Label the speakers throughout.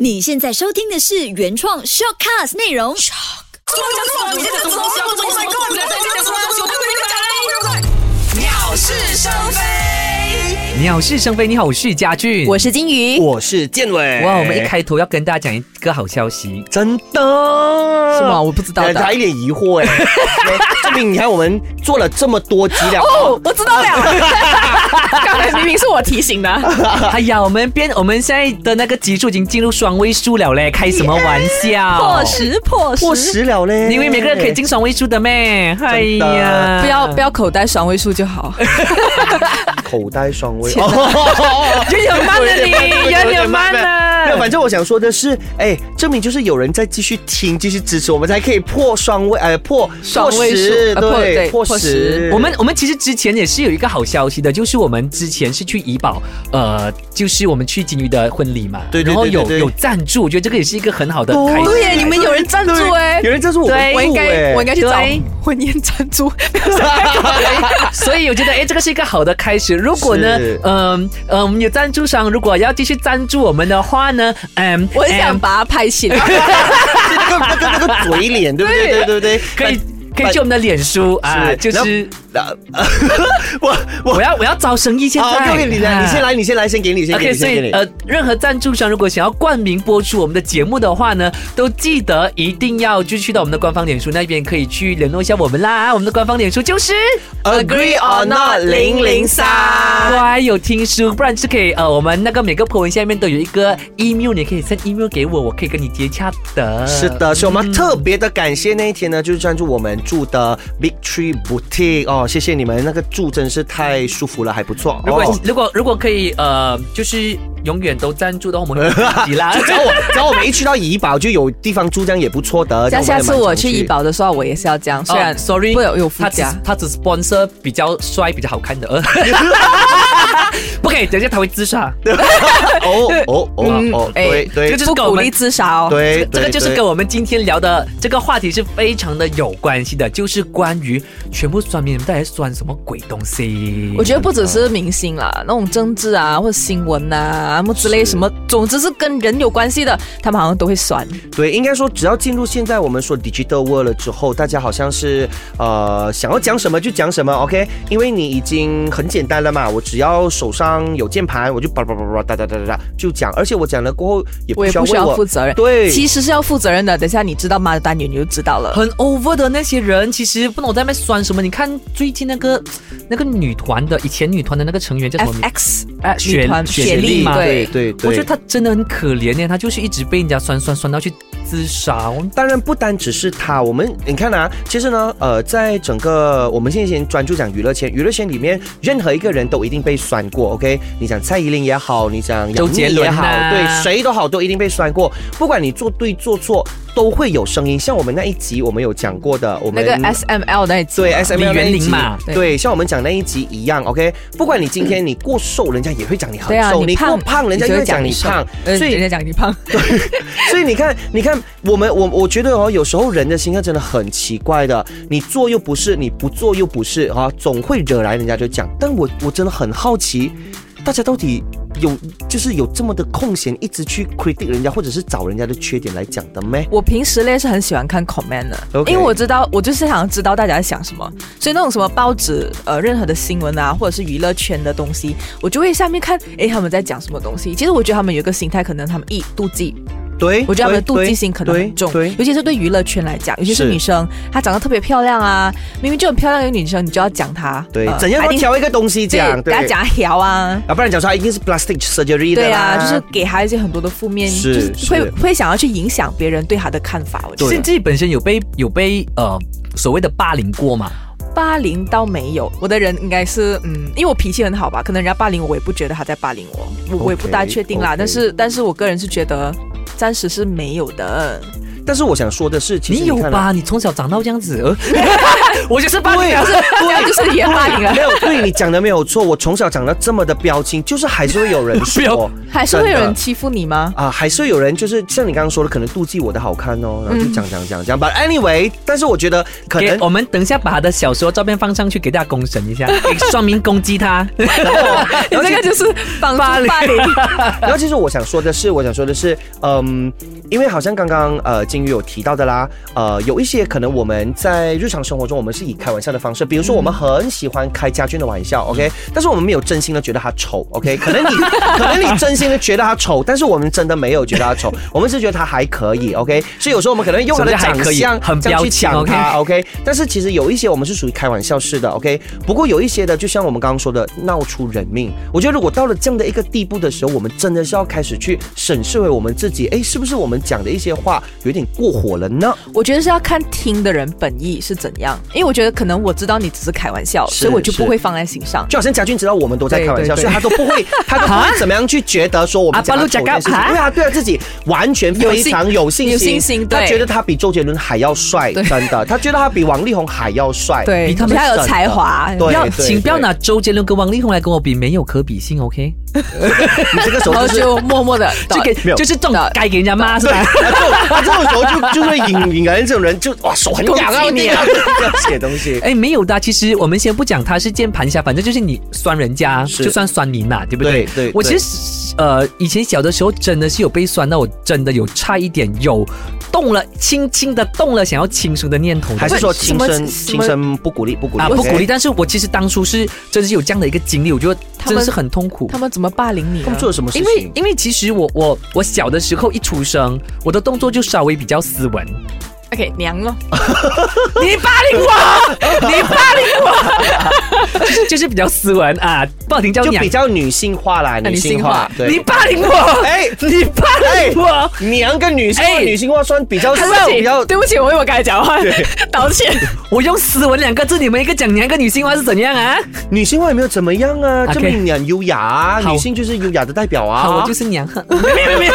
Speaker 1: 你现在收听的是原创 Shortcast 内容。
Speaker 2: 我讲错了，你在讲什么东西啊？我我跟你在讲什么东西？我不跟你讲了。鸟是生非。
Speaker 3: 鸟是生非，你好，我是家俊，
Speaker 4: 我是金鱼，
Speaker 5: 我是建伟。
Speaker 3: 哇，我们一开头要跟大家讲一个好消息，
Speaker 5: 真的呃
Speaker 4: 是吗？？我不知道
Speaker 5: 大家
Speaker 4: 的。
Speaker 5: 一脸疑惑哎、欸，证明你看我们做了这么多集了，
Speaker 4: 哦，我知道了，刚才明明是我提醒的。
Speaker 3: 哎呀，我们变，我们现在的那个集数已经进入双位数了嘞，开什么玩笑？
Speaker 4: 破十破十，
Speaker 5: 破十了嘞！
Speaker 3: 因为每个人可以进双位数的咩？哎
Speaker 5: 真的
Speaker 3: 呀，
Speaker 4: 不 要不要口袋双位数就 好。
Speaker 5: 口袋双微，
Speaker 4: 天哪
Speaker 5: 哦
Speaker 3: 有点慢了你，有点慢
Speaker 5: 没有，
Speaker 3: 了。
Speaker 5: 反正我想说的是，哎，证明就是有人在继续听，继续支持我们，才可以破双位，哎，破
Speaker 4: 双位数
Speaker 5: 破十
Speaker 4: 呃破
Speaker 5: 对，
Speaker 4: 对
Speaker 5: 破
Speaker 4: 破
Speaker 5: 十
Speaker 4: 十。
Speaker 3: 我们我们其实之前也是有一个好消息的，就是我们之前是去怡宝，呃，就是我们去金鱼的婚礼嘛，
Speaker 5: 对对
Speaker 3: 然
Speaker 5: 对
Speaker 3: 后有
Speaker 5: 对对
Speaker 3: 有赞助，我觉得这个也是一个很好的开始。
Speaker 5: 对
Speaker 4: 耶你们有人赞助哎
Speaker 5: 有人赞助我们
Speaker 3: 对
Speaker 5: 录
Speaker 4: 我
Speaker 5: 哎，
Speaker 4: 应该我应该去找
Speaker 3: 对
Speaker 4: 婚宴赞助，
Speaker 3: 所以我觉得，哎，这个是一个好的开始。如果呢
Speaker 5: 是，
Speaker 3: 嗯嗯，我们有赞助商，如果要继续赞助我们的话呢，嗯，
Speaker 4: 我很想
Speaker 3: 嗯
Speaker 4: 把它拍起来。
Speaker 5: 是那个那个那个嘴脸，对不对？对对对，
Speaker 3: 可以可以去我们的脸书啊，就是
Speaker 5: 那。那我我
Speaker 3: 我要我要招生意，现
Speaker 5: 好
Speaker 3: 在
Speaker 5: ，OK，你来，你先。
Speaker 3: 啊
Speaker 5: 来，你先来，先给你，先给
Speaker 3: OK，
Speaker 5: 你，
Speaker 3: 所
Speaker 5: 先给
Speaker 3: 以
Speaker 5: 你。
Speaker 3: 呃，任何赞助商如果想要冠名播出我们的节目的话呢，都记得一定要就去到我们的官方脸书那边，可以去联络一下我们啦。我们的官方脸书就是。呃
Speaker 5: Agree or not 零零三。
Speaker 3: 乖，有听书，不然就可以呃，我们那个每个 po 文下面都有一个 email，你可以 send email 给我，我可以跟你接洽的。
Speaker 5: 是的，所以我们特别的感谢那一天呢，就是赞助我们住的 Big Tree Boutique 哦，谢谢你们，那个住真是太舒服了，还不错。
Speaker 3: 如果、
Speaker 5: 哦
Speaker 3: 如果如果可以呃，就是永远都赞助的话，我们会自己 啦。哦
Speaker 5: 只要我只要我们一去到怡保就有地方住，这样也不错 的。
Speaker 4: 像
Speaker 5: 这样
Speaker 4: 下
Speaker 5: 们
Speaker 4: 次
Speaker 5: 也蛮
Speaker 4: 我
Speaker 5: 常
Speaker 4: 去怡宝的时候，我也是要这样，虽然
Speaker 3: sorry，
Speaker 4: 不有有附
Speaker 3: 他只
Speaker 4: 加。
Speaker 3: 他只 sponsor 比较帅、比较 好看的，呃不可以，等一下他会自杀。
Speaker 5: 哦哦哦哦，
Speaker 4: 哎
Speaker 5: 对
Speaker 3: 这
Speaker 5: 对
Speaker 3: 就是
Speaker 4: 不
Speaker 3: 跟我
Speaker 4: 鼓
Speaker 3: 们
Speaker 4: 励自杀哦。
Speaker 5: 对，
Speaker 3: 嗯这个
Speaker 5: 对
Speaker 3: 就是
Speaker 5: 对
Speaker 3: 跟我们今天聊的这个话题是非常的有关系的，就是关于全部酸民，你们到底在酸什么鬼东西？
Speaker 4: 我觉得不只是明星啦，那种政治啊或者新闻啊什么之类什么，总之是跟人有关系的，他们好像都会酸。
Speaker 5: 对，应该说，只要进入现在我们说 digital world 了之后，大家好像是呃想要讲什么就讲什么，OK？因为你已经很简单了嘛，我只要手上有键盘，我就叭叭叭叭哒哒哒哒哒就讲，而且我讲了过后也不
Speaker 4: 我也
Speaker 5: 需要
Speaker 4: 不需
Speaker 5: 为
Speaker 4: 要
Speaker 5: 我
Speaker 4: 负责任。
Speaker 5: 对
Speaker 4: 其实是要负责任的。等一下你知道妈的单元你就知道了。
Speaker 3: 很 over 的那些人，其实不懂我在那边酸什么。你看最近那个那个女团的以前女团的那个成员叫什么名？啊
Speaker 4: FX 哎，
Speaker 3: 雪
Speaker 4: 女团
Speaker 3: 雪
Speaker 4: 雪
Speaker 3: 莉
Speaker 4: 莉
Speaker 3: 嘛
Speaker 5: 对
Speaker 4: 对。
Speaker 5: 对对，
Speaker 3: 我觉得她真的很可怜呢，她就是一直被人家酸酸酸到去自杀。我
Speaker 5: 当然不单只是他，我们你看啊，其实呢，呃，在整个我们现在先专注讲娱乐圈，娱乐圈里面任何一个人都一定被酸过，OK？你讲蔡依林也好，你讲杨
Speaker 3: 周杰
Speaker 5: 幂也
Speaker 3: 伦
Speaker 5: 好，
Speaker 3: 啊
Speaker 5: 对，谁都好，都一定被酸过，不管你做对做错，都会有声音。像我们那一集我们有讲过的，我
Speaker 4: 那
Speaker 5: 们
Speaker 4: 个 S M L 那一集
Speaker 5: 对 S M
Speaker 3: 李元玲嘛
Speaker 5: 对，
Speaker 4: 对
Speaker 5: 像我们讲那一集一样，OK。不管你今天你过瘦，人家也会讲你很
Speaker 4: 对啊
Speaker 5: 瘦；
Speaker 4: 你
Speaker 5: 过
Speaker 4: 胖
Speaker 5: 胖，人家
Speaker 4: 就
Speaker 5: 也
Speaker 4: 会
Speaker 5: 会讲
Speaker 4: 讲
Speaker 5: 你
Speaker 4: 你瘦
Speaker 5: 胖。
Speaker 4: 呃，
Speaker 5: 所以
Speaker 4: 人家讲你胖，
Speaker 5: 所以你看，你看，我们我我觉得哦，有时候人的心态真的很奇怪的，你做又不是，你不做又不是啊，总会惹来人家就讲。但我我真的很好奇，大家到底有就是有这么的空闲，一直去 critic 人家，或者是找人家的缺点来讲的咩？
Speaker 4: 我平时嘞是很喜欢看 comment 的
Speaker 5: OK
Speaker 4: 因为我知道，我就是想知道大家在想什么，所以那种什么报纸呃任何的新闻啊，或者是娱乐圈的东西，我就会下面看，诶，他们在讲什么东西。其实我觉得他们有一个心态，可能他们一妒忌，
Speaker 5: 对，
Speaker 4: 我觉得他们的妒
Speaker 5: 对
Speaker 4: 忌心可能很重
Speaker 5: 对，对，
Speaker 4: 尤其是对娱乐圈来讲，尤其是
Speaker 5: 是
Speaker 4: 女生，她长得特别漂亮啊，明明就很漂亮的女生，你就要讲她，
Speaker 5: 对
Speaker 4: 呃
Speaker 5: 怎样
Speaker 4: 她
Speaker 5: 要
Speaker 4: 一定
Speaker 5: 挑一个东西讲？
Speaker 4: 对给她
Speaker 5: 对，
Speaker 4: 讲条啊。
Speaker 5: 啊，不然讲说他一定是 plastic surgery 的
Speaker 4: 对啊，
Speaker 5: 啦，
Speaker 4: 就是给她一些很多的负面，
Speaker 5: 是
Speaker 4: 就是会
Speaker 5: 是
Speaker 4: 会想要去影响别人对她的看法。我觉
Speaker 5: 对啊
Speaker 4: 得
Speaker 3: 甚至本身有被有被呃所谓的霸凌过嘛？
Speaker 4: 霸凌倒没有，我的人应该是嗯，因为我脾气很好吧，可能人家霸凌我，我也不觉得他在霸凌我，我我也不大确定啦。
Speaker 5: OK，OK
Speaker 4: 但是但是我个人是觉得暂时是没有的。
Speaker 5: 但是我想说的是，其实
Speaker 3: 你有
Speaker 5: 看啊
Speaker 3: 吧？你从小长到这样子，呃我就是霸凌啊，
Speaker 4: 这样就是也霸凌了
Speaker 5: 没。有，对你讲的没有错。我从小长到这么的标清，就是还是会有人
Speaker 3: 不要
Speaker 5: 说，
Speaker 4: 还是会有
Speaker 5: 真
Speaker 4: 人
Speaker 5: 的
Speaker 4: 欺负你吗？
Speaker 5: 啊，还是有人就是像你刚刚说的，可能妒忌我的好看哦，然后就讲讲讲讲。But anyway，但是我觉得可
Speaker 3: 给
Speaker 5: 能
Speaker 3: 我们等一下把他的小说照片放上去，给大家公审一下，给双明攻击他。
Speaker 4: 你 这个就是帮助霸凌，
Speaker 5: 然后其实我想说的是，我想说的是，嗯，因为好像刚刚呃金鱼有提到的啦，呃，有一些可能我们在日常生活中，我们是以开玩笑的方式，比如说我们很喜欢开家俊的玩笑，OK，但是
Speaker 3: 嗯
Speaker 5: 我们没有真心的觉得他丑，OK，可能你可能你真心的觉得他丑，但是我们真的没有觉得他丑，我们是觉得他还可以，OK，所以有时候我们可能用他的
Speaker 3: 什么叫还
Speaker 5: 长
Speaker 3: 可以
Speaker 5: 相
Speaker 3: 很
Speaker 5: 这样
Speaker 3: 标
Speaker 5: 去
Speaker 3: 清
Speaker 5: 讲
Speaker 3: ，OK
Speaker 5: 他，OK，但是其实有一些我们是属于开玩笑式的，OK。不过有一些的，就像我们刚刚说的，闹出人命。我觉得如果到了这样的一个地步的时候，我们真的是要开始去审视回我们自己，哎，是不是我们讲的一些话有点过火了呢？
Speaker 4: 我觉得是要看听的人本意是怎样，因为我觉得可能我知道你只是开玩笑，
Speaker 5: 是
Speaker 4: 所以我就是不会放在心上。
Speaker 5: 就好像家俊知道我们都在开玩笑，
Speaker 4: 对对对
Speaker 5: 所以他都不会，他都不会怎么样去觉得说我们讲他丑这件事情，
Speaker 3: 啊
Speaker 5: 因为他对他自己完全非常有信心，
Speaker 4: 有信心对
Speaker 5: 他觉得他比周杰伦还要帅，
Speaker 4: 对
Speaker 5: 真的，他觉得他比王力宏还要帅，
Speaker 4: 对，
Speaker 3: 比他们
Speaker 4: 比有
Speaker 5: 省
Speaker 4: 才
Speaker 5: 的
Speaker 4: 华。
Speaker 5: 对
Speaker 3: 不要，请不要拿周杰伦跟王力宏来跟我比，没有可比性，OK？
Speaker 5: 你这个时
Speaker 4: 然
Speaker 5: 候
Speaker 4: 后
Speaker 5: 就是
Speaker 4: 就默默的
Speaker 3: 就给
Speaker 5: 没有
Speaker 3: 就是这种
Speaker 4: 的
Speaker 3: 该给人家骂是
Speaker 5: 对，
Speaker 3: 吧？
Speaker 5: 他这种他这种时候啊就就会引引人这种人就哇手很痒啊，
Speaker 4: 攻击
Speaker 5: 你
Speaker 4: 你
Speaker 5: 啊，这样写东西。
Speaker 3: 哎，没有的啊。其实我们先不讲他是键盘侠，反正就是你酸人家，
Speaker 5: 是
Speaker 3: 就算酸你嘛，对不对？
Speaker 5: 对对
Speaker 3: 我其
Speaker 5: 对
Speaker 3: 实呃，以前小的时候真的是有被酸到，我真的有差一点有动了，轻轻的动了想要轻生的念头的。
Speaker 5: 还是说
Speaker 4: 不是什
Speaker 5: 轻
Speaker 4: 么
Speaker 5: 生，
Speaker 4: 什
Speaker 5: 轻
Speaker 4: 么
Speaker 5: 生不鼓励，不鼓励
Speaker 3: 啊，不鼓励。。
Speaker 5: OK
Speaker 3: 但是我其实当初是真是有这样的一个经历，我觉得真的是很痛苦
Speaker 4: 他。们怎么霸凌你、
Speaker 5: 他
Speaker 4: 啊
Speaker 5: 们？做了什么事
Speaker 3: 因为
Speaker 5: 情？
Speaker 3: 因为其实我我我小的时候一出生，我的动作就稍微比较斯文。
Speaker 4: OK，娘了，
Speaker 3: 你霸凌我，你霸凌我，就是就是比较斯文啊，不好听叫
Speaker 5: 就
Speaker 3: 娘
Speaker 5: 比。较女性化
Speaker 3: 啊
Speaker 5: 啦，女性化。
Speaker 3: 你
Speaker 5: 对，
Speaker 3: 霸凌我，
Speaker 5: 哎
Speaker 3: 你霸凌我。
Speaker 5: 娘跟女性化，
Speaker 3: 哎
Speaker 5: 女性化算比较
Speaker 4: 对
Speaker 5: 是
Speaker 4: 不起，
Speaker 5: 比较
Speaker 4: 对不起，我为我刚才讲话 道歉。
Speaker 3: 我用“斯文”两个字，你们一个讲娘，一个女性化是怎样啊？
Speaker 5: 女性化也没有怎么样啊，
Speaker 3: OK
Speaker 5: 证明你很优雅啊，
Speaker 3: 好
Speaker 5: 女性就是优雅的代表
Speaker 3: 好，
Speaker 5: 啊
Speaker 3: 我就。是 娘。 没有没有没有，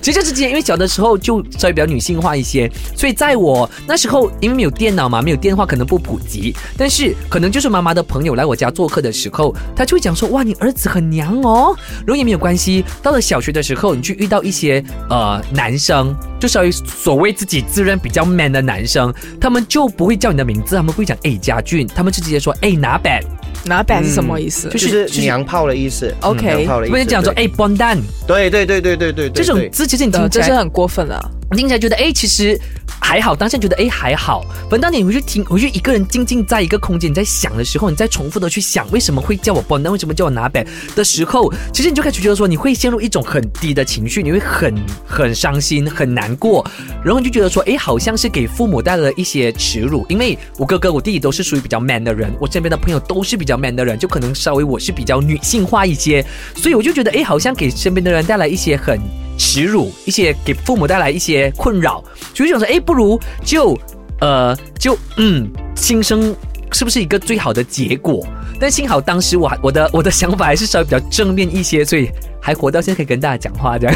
Speaker 3: 其实就是之前，因为小的时候就稍微比较女性化一些，所以在我那时候，因为没有电脑嘛，没有电话，可能不普及，但是可能就是妈妈的朋友来我家做客的时候，他就会讲说：“哇，你儿子很娘哦。”然后也没有关系。到了小学的时候，你去遇到一些呃男生，就稍微所谓自己自认比较 man 的男生，他们就不会叫你的名字，他们不会讲“哎家俊”，他们就直接说“哎拿板
Speaker 4: 拿板是什么意思？
Speaker 5: 就
Speaker 3: 就是
Speaker 5: 是
Speaker 3: 就是
Speaker 5: 娘炮的意思
Speaker 4: OK
Speaker 5: 娘炮”，的意
Speaker 3: 不
Speaker 5: 思。
Speaker 3: 会讲说“
Speaker 5: 对
Speaker 3: 哎 b o n d a n
Speaker 5: 对对对对对对
Speaker 3: 这
Speaker 5: 对，
Speaker 3: 种
Speaker 5: 对
Speaker 3: 字其实你嗯听
Speaker 4: 呃
Speaker 3: 起
Speaker 4: 这
Speaker 3: 来
Speaker 4: 是很过分了。
Speaker 3: 你听起来觉得哎，诶其实还好，当下觉得哎还好，反正当你回去听，回去一个人静静在一个空间，你在想的时候，你再重复的去想为什么会叫我 b o n 为什么叫我拿北的时候，其实你就开始觉得说你会陷入一种很低的情绪，你会很很伤心、很难过，然后你就觉得说哎，诶好像是给父母带来了一些耻辱，因为我哥哥、我弟弟都是属于比较 man 的人，我身边的朋友都是比较 man 的人，就可能稍微我是比较女性化一些，所以我就觉得哎，诶好像给身边的人带来一些很耻辱，一些给父母带来一些困扰，所以就想说，哎，不如就呃就嗯轻生。是不是一个最好的结果？但幸好当时我还我的我的 想法还是稍微比较正面一些，所以还活到现在可以跟大家讲话这样。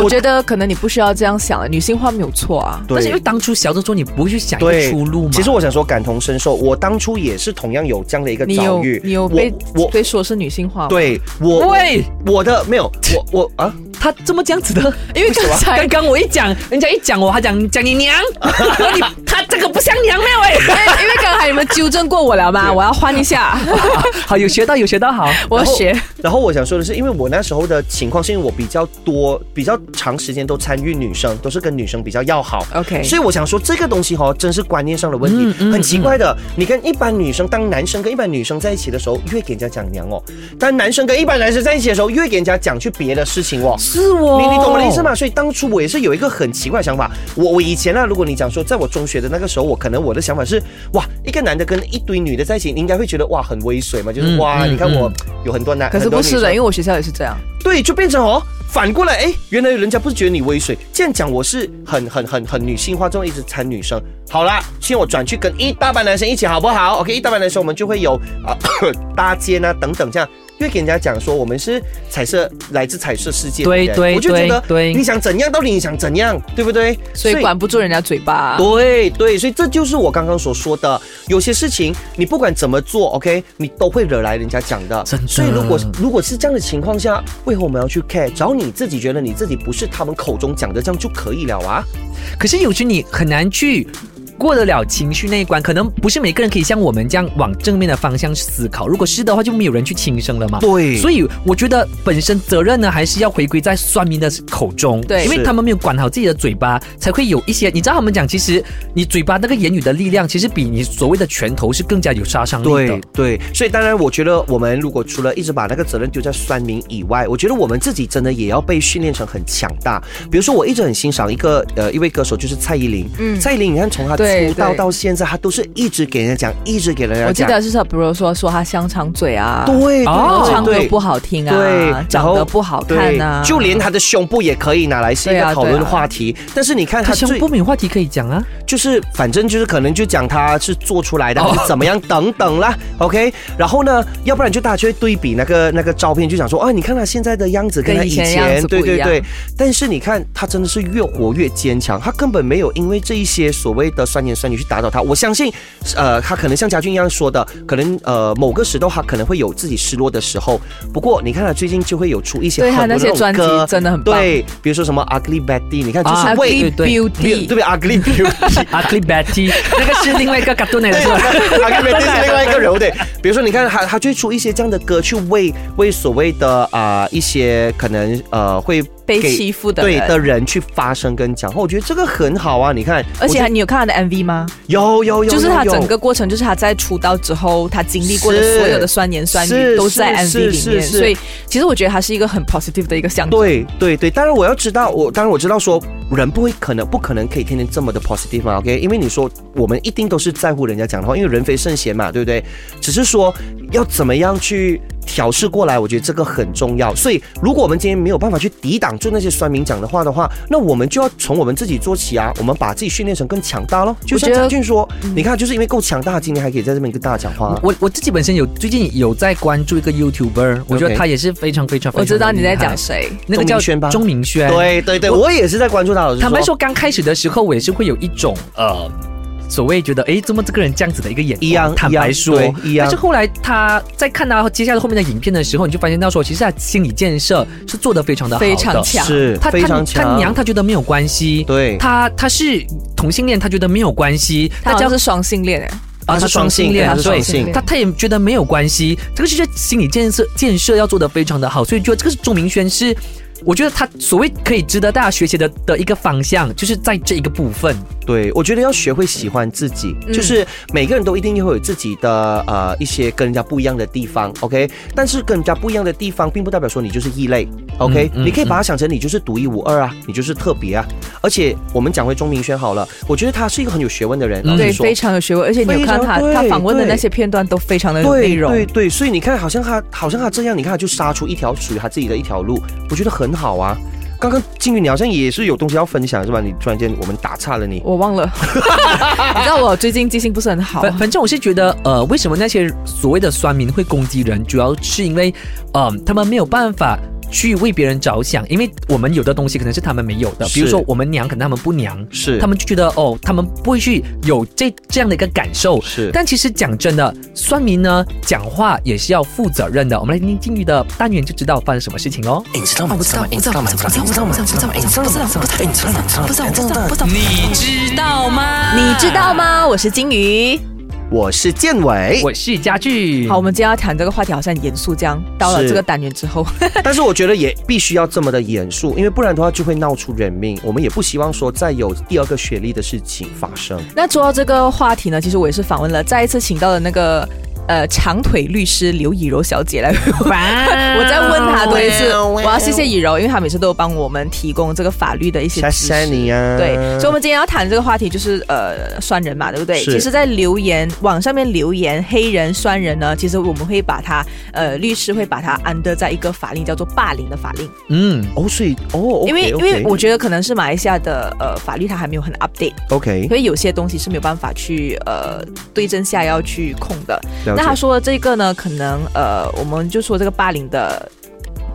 Speaker 4: 我觉得可能你不需要这样想了，女性化没有错啊。
Speaker 5: 对
Speaker 3: 但是因为当初小的时候你不会去想一
Speaker 5: 对
Speaker 3: 个出路嘛。
Speaker 5: 其实我想说，感同身受，我当初也是同样有这样的一个
Speaker 4: 你
Speaker 5: 遭
Speaker 4: 有
Speaker 5: 遇。
Speaker 4: 你有被
Speaker 5: 我我
Speaker 4: 被说是女性化吗？，
Speaker 5: 对我
Speaker 3: 喂，
Speaker 5: 我的没有我我啊，
Speaker 3: 他这么这样子的，
Speaker 4: 因为刚才
Speaker 3: 刚刚我一讲，人家一讲我还讲讲你娘， 你他这个不像娘没 有哎、
Speaker 4: 因为刚才你们纠正过我了嘛，我要换一下，
Speaker 3: 好有学到有学到好，
Speaker 4: 我要学。
Speaker 5: 然后我想说的是，因为我那时候的情况是因为我比较多、比较长时间都参与女生，都是跟女生比较要好。
Speaker 4: OK，
Speaker 5: 所以我想说，这个东西哈、哦，真是观念上的问题，
Speaker 3: 嗯嗯
Speaker 5: 很奇怪的。你跟一般女生，当男生跟一般女生在一起的时候，越给人家讲娘哦；当男生跟一般男生在一起的时候，越给人家讲去别的事情哦。
Speaker 3: 是我
Speaker 5: 你你懂我的意思吗？所以当初我也是有一个很奇怪的想法。我我以前啊，如果你讲说，在我中学的那个时候，我可能我的想法是，哇，一个男的跟一堆女的在一起，你应该会觉得哇很威水嘛，就是、
Speaker 3: 嗯
Speaker 5: 哇，
Speaker 3: 嗯
Speaker 5: 你看我
Speaker 3: 嗯
Speaker 5: 有很多男，
Speaker 4: 可是
Speaker 5: 很多
Speaker 4: 不
Speaker 5: 女
Speaker 4: 是的，
Speaker 5: 生
Speaker 4: 因为我学校也是这样。
Speaker 5: 对，就变成哦，反过来，哎，原来人家不是觉得你威水，这样讲我是很很很很女性化，这种一直掺女生。好啦，现在我转去跟一大班男生一起好不好？OK，一大班男生我们就会有啊、呃搭肩啊等等这样。因为给人家讲说我们是彩色，来自彩色世界的
Speaker 3: 对
Speaker 5: 人，
Speaker 3: 对
Speaker 5: 我就觉得
Speaker 3: 对对
Speaker 5: 你想怎样，到底你想怎样，对不对？
Speaker 4: 所以管不住人家嘴
Speaker 5: 啊
Speaker 4: 巴。啊
Speaker 5: 对对，所以这就是我刚刚所说的，有些事情你不管怎么做，OK，你都会惹来人家讲的。
Speaker 3: 真的
Speaker 5: 所以如果如果是这样的情况下，为何我们要去 care？只要你自己觉得你自己不是他们口中讲的这样就可以了啊。
Speaker 3: 可是有时你很难去。过得了情绪那一关，可能不是每个人可以像我们这样往正面的方向思考。如果是的话，就没有人去轻生了嘛。
Speaker 5: 对
Speaker 3: 所以我觉得本身责任呢，还是要回归在算命的口中。
Speaker 4: 对
Speaker 3: 因为
Speaker 5: 是
Speaker 3: 他们没有管好自己的嘴巴，才会有一些。你知道他们讲，其实你嘴巴那个言语的力量，其实比你所谓的拳头是更加有杀伤力的
Speaker 5: 对。对，所以当然，我觉得我们如果除了一直把那个责任丢在酸民以外，我觉得我们自己真的也要被训练成很强大。比如说，我一直很欣赏一个呃一位歌手，就是蔡依林。嗯，蔡依林，你看从她出
Speaker 4: 对
Speaker 5: 道
Speaker 4: 对
Speaker 5: 到现在，她都是一直给人家讲，一直给人家讲。
Speaker 4: 我记得是他，比如说说他香肠嘴啊，
Speaker 5: 对，对
Speaker 3: 哦
Speaker 5: 对
Speaker 4: 唱歌
Speaker 5: 对
Speaker 4: 不好听
Speaker 5: 对
Speaker 4: 啊，，
Speaker 5: 然
Speaker 4: 长
Speaker 5: 后
Speaker 4: 得不好看啊，
Speaker 5: 对就连他的胸部也可以拿来是一
Speaker 4: 对
Speaker 5: 个
Speaker 4: 啊
Speaker 5: 讨
Speaker 4: 对
Speaker 5: 论
Speaker 4: 啊
Speaker 5: 话题。但是你看他
Speaker 3: 他胸
Speaker 5: 最
Speaker 3: 部没有话题可以讲啊。
Speaker 5: 就是，反正就是可能就讲他是做出来的，还是怎么样等等啦。OK，然
Speaker 4: 哦
Speaker 5: 后呢，要不然就大家就会对比那个那个照片，就想说啊，你看他现在的样子跟他
Speaker 4: 跟
Speaker 5: 以
Speaker 4: 以前的样
Speaker 5: 前，
Speaker 4: 子
Speaker 5: 对
Speaker 4: 不一
Speaker 5: 对
Speaker 4: 样
Speaker 5: 对。但是你看他真的是越活越坚强，他根本没有因为这一些所谓的酸言酸语去打倒他。我相信，呃，他可能像家俊一样说的，可能呃某个时候他可能会有自己失落的时候。不过你看他最近就会有出一些
Speaker 4: 对他啊
Speaker 5: 很多
Speaker 4: 那些
Speaker 5: 种
Speaker 4: 专辑
Speaker 5: 歌
Speaker 4: 真的很棒
Speaker 5: 对，比如说什么 Ugly Betty，你看就
Speaker 3: 啊
Speaker 5: 是为
Speaker 4: ugly
Speaker 3: 对对
Speaker 4: beauty，
Speaker 5: 对不对？Ugly Beauty。
Speaker 3: Ugly Betty，那个是另外一个 cartoon 来的是吧？
Speaker 5: 啊，跟 Betty 是另外一个人对。比如说，你看他，他就会出一些这样的歌，去为为所谓的啊、一些可能呃会
Speaker 4: 被
Speaker 5: 给
Speaker 4: 欺负的
Speaker 5: 对
Speaker 4: 人
Speaker 5: 的人去发声跟讲话，我觉得这个很好啊。你看，
Speaker 4: 而且
Speaker 5: 我
Speaker 4: 还你有看他的 MV 吗？
Speaker 5: 有有有有，
Speaker 4: 就是他
Speaker 5: 有
Speaker 4: 整个过程，就是他在出道之后，他经历过的所有的酸言酸
Speaker 5: 是
Speaker 4: 语都在
Speaker 5: 是
Speaker 4: MV
Speaker 5: 是
Speaker 4: 里
Speaker 5: 是
Speaker 4: 面，
Speaker 5: 是
Speaker 4: 所以其实我觉得他是一个很 positive 的一个象征。
Speaker 5: 对对对，当然我要知道，我当然我知道说人不会可能不可能可以天天这么的 positive 嘛，OK？因为你说我们一定都是在乎人家讲的话，因为人非圣贤嘛，对不对？只是说要怎么样去调试过来，我觉得这个很重要。所以如果我们今天没有办法去抵挡住那些酸民讲的话的话，那我们就要从我们自己做起啊，我们把自己训练成更强大咯。就像
Speaker 4: 我觉得
Speaker 5: 张俊说，你看就是因为够强大，今天还可以在这边跟大家讲话啊、
Speaker 3: 嗯我我自己本身有最近有在关注一个 YouTuber，我觉得他也是非常非常非常
Speaker 4: 我知道你在
Speaker 3: 厉害
Speaker 4: 讲谁，
Speaker 3: 那个
Speaker 5: 钟
Speaker 3: 叫
Speaker 5: 明轩吧
Speaker 3: 钟明轩。，
Speaker 5: 对对对，我也是在关注他。老师
Speaker 3: 坦白说，刚开始的时候，我也是会有一种呃。所谓觉得哎，诶怎么这个人这样子的一个眼
Speaker 5: 一样
Speaker 3: 光？坦白说
Speaker 5: 一样，对一样
Speaker 3: 但是后来他在看他接下来后面的影片的时候，你就发现到说，其实他心理建设是做的非常的好的
Speaker 4: 非常强。
Speaker 5: 是
Speaker 3: 他
Speaker 5: 非
Speaker 3: 他
Speaker 5: 常
Speaker 3: 他
Speaker 5: 强，
Speaker 3: 娘他觉得没有关系，
Speaker 5: 对
Speaker 3: 他他是同性恋，他觉得没有关系，
Speaker 4: 他
Speaker 3: 大
Speaker 4: 好
Speaker 3: 家
Speaker 4: 像是双性恋哎，
Speaker 3: 啊，
Speaker 5: 他
Speaker 3: 他
Speaker 5: 是
Speaker 3: 双
Speaker 5: 双
Speaker 3: 性
Speaker 5: 性
Speaker 3: 恋
Speaker 5: 恋，，
Speaker 4: 他是
Speaker 3: 对
Speaker 4: 双性恋
Speaker 3: 他他也觉得没有关系，这个是心理建设建设要做的非常的好，所以觉得这个是钟明轩是，我觉得他所谓可以值得大家学习的的一个方向，就是在这一个部分。
Speaker 5: 对，我觉得要学会喜欢自己，
Speaker 4: 嗯
Speaker 5: 就是每个人都一定会有自己的呃一些跟人家不一样的地方，OK。但是跟人家不一样的地方，并不代表说你就是异类，OK、
Speaker 3: 嗯嗯
Speaker 5: 你可以把它想成你就是独一无二啊，你就是特别啊。而且我们讲回钟明轩好了，我觉得他是一个很有学问的人，
Speaker 4: 嗯
Speaker 5: 老
Speaker 4: 对，
Speaker 5: 实嗯说。
Speaker 4: 非常有学问，而且你有看他
Speaker 5: 非常对
Speaker 4: 他访问的
Speaker 5: 对
Speaker 4: 那些片段都非常的有内
Speaker 5: 对
Speaker 4: 容。
Speaker 5: 对对，所以你看，好像他，好像他这样，你看他就杀出一条属于他自己的一条路，我觉得很好啊。刚刚金鱼，你好像也是有东西要分享是吧？你突然间我们打岔了你。
Speaker 4: 我忘了，你知道我最近记性不是很好，
Speaker 3: 反反正我是觉得，呃，为什么那些所谓的酸民会攻击人，主要是因为，嗯、他们没有办法。去为别人着想，因为我们有的东西可能是他们没有的，比如
Speaker 5: 是
Speaker 3: 说我们娘，可能他们不娘，
Speaker 5: 是
Speaker 3: 他们就觉得哦，他们不会去有这这样的一个感受。
Speaker 5: 是
Speaker 3: 但其实讲真的，酸民呢讲话也是要负责任的。我们来听听金鱼的单元就知道发生什么事情哦。
Speaker 6: 你知道吗？你知道吗？你知道吗？你知道吗？你知道吗？你知道吗？你知道吗？你知道吗？不知道，不知道，不知道，不知道。
Speaker 2: 你知道吗？
Speaker 4: 你知道吗？我是金鱼。
Speaker 5: 我是建伟，
Speaker 3: 我是家具，
Speaker 4: 好，我们今天要谈这个话题，好像很严肃这样。到了
Speaker 5: 是
Speaker 4: 这个单元之后，
Speaker 5: 但是我觉得也必须要这么的严肃，因为不然的话就会闹出人命。我们也不希望说再有第二个学历的事情发生。
Speaker 4: 那说到这个话题呢，其实我也是访问了，再一次请到了那个呃长腿律师刘以柔小姐来。我在问她多一次，我要谢谢以柔，因为她每次都有帮我们提供这个法律的一些
Speaker 5: 谢
Speaker 4: 知识。
Speaker 5: 谢你啊！
Speaker 4: 对，所以我们今天要谈这个话题就是呃，酸人嘛，对不对？
Speaker 5: 是
Speaker 4: 其实，在留言网上面留言黑人酸人呢，其实我们会把它呃，律师会把它安得在一个法令叫做霸凌的法令，
Speaker 3: 嗯，
Speaker 5: 哦，所以哦，
Speaker 4: 因为
Speaker 5: OK，OK
Speaker 4: 因为我觉得可能是马来西亚的呃法律它还没有很
Speaker 5: 嗯
Speaker 4: update，
Speaker 5: OK，
Speaker 4: 所以有些东西是没有办法去呃对症下药去控的。
Speaker 5: 了解
Speaker 4: 那他说的这个呢，可能呃，我们就说这个霸凌的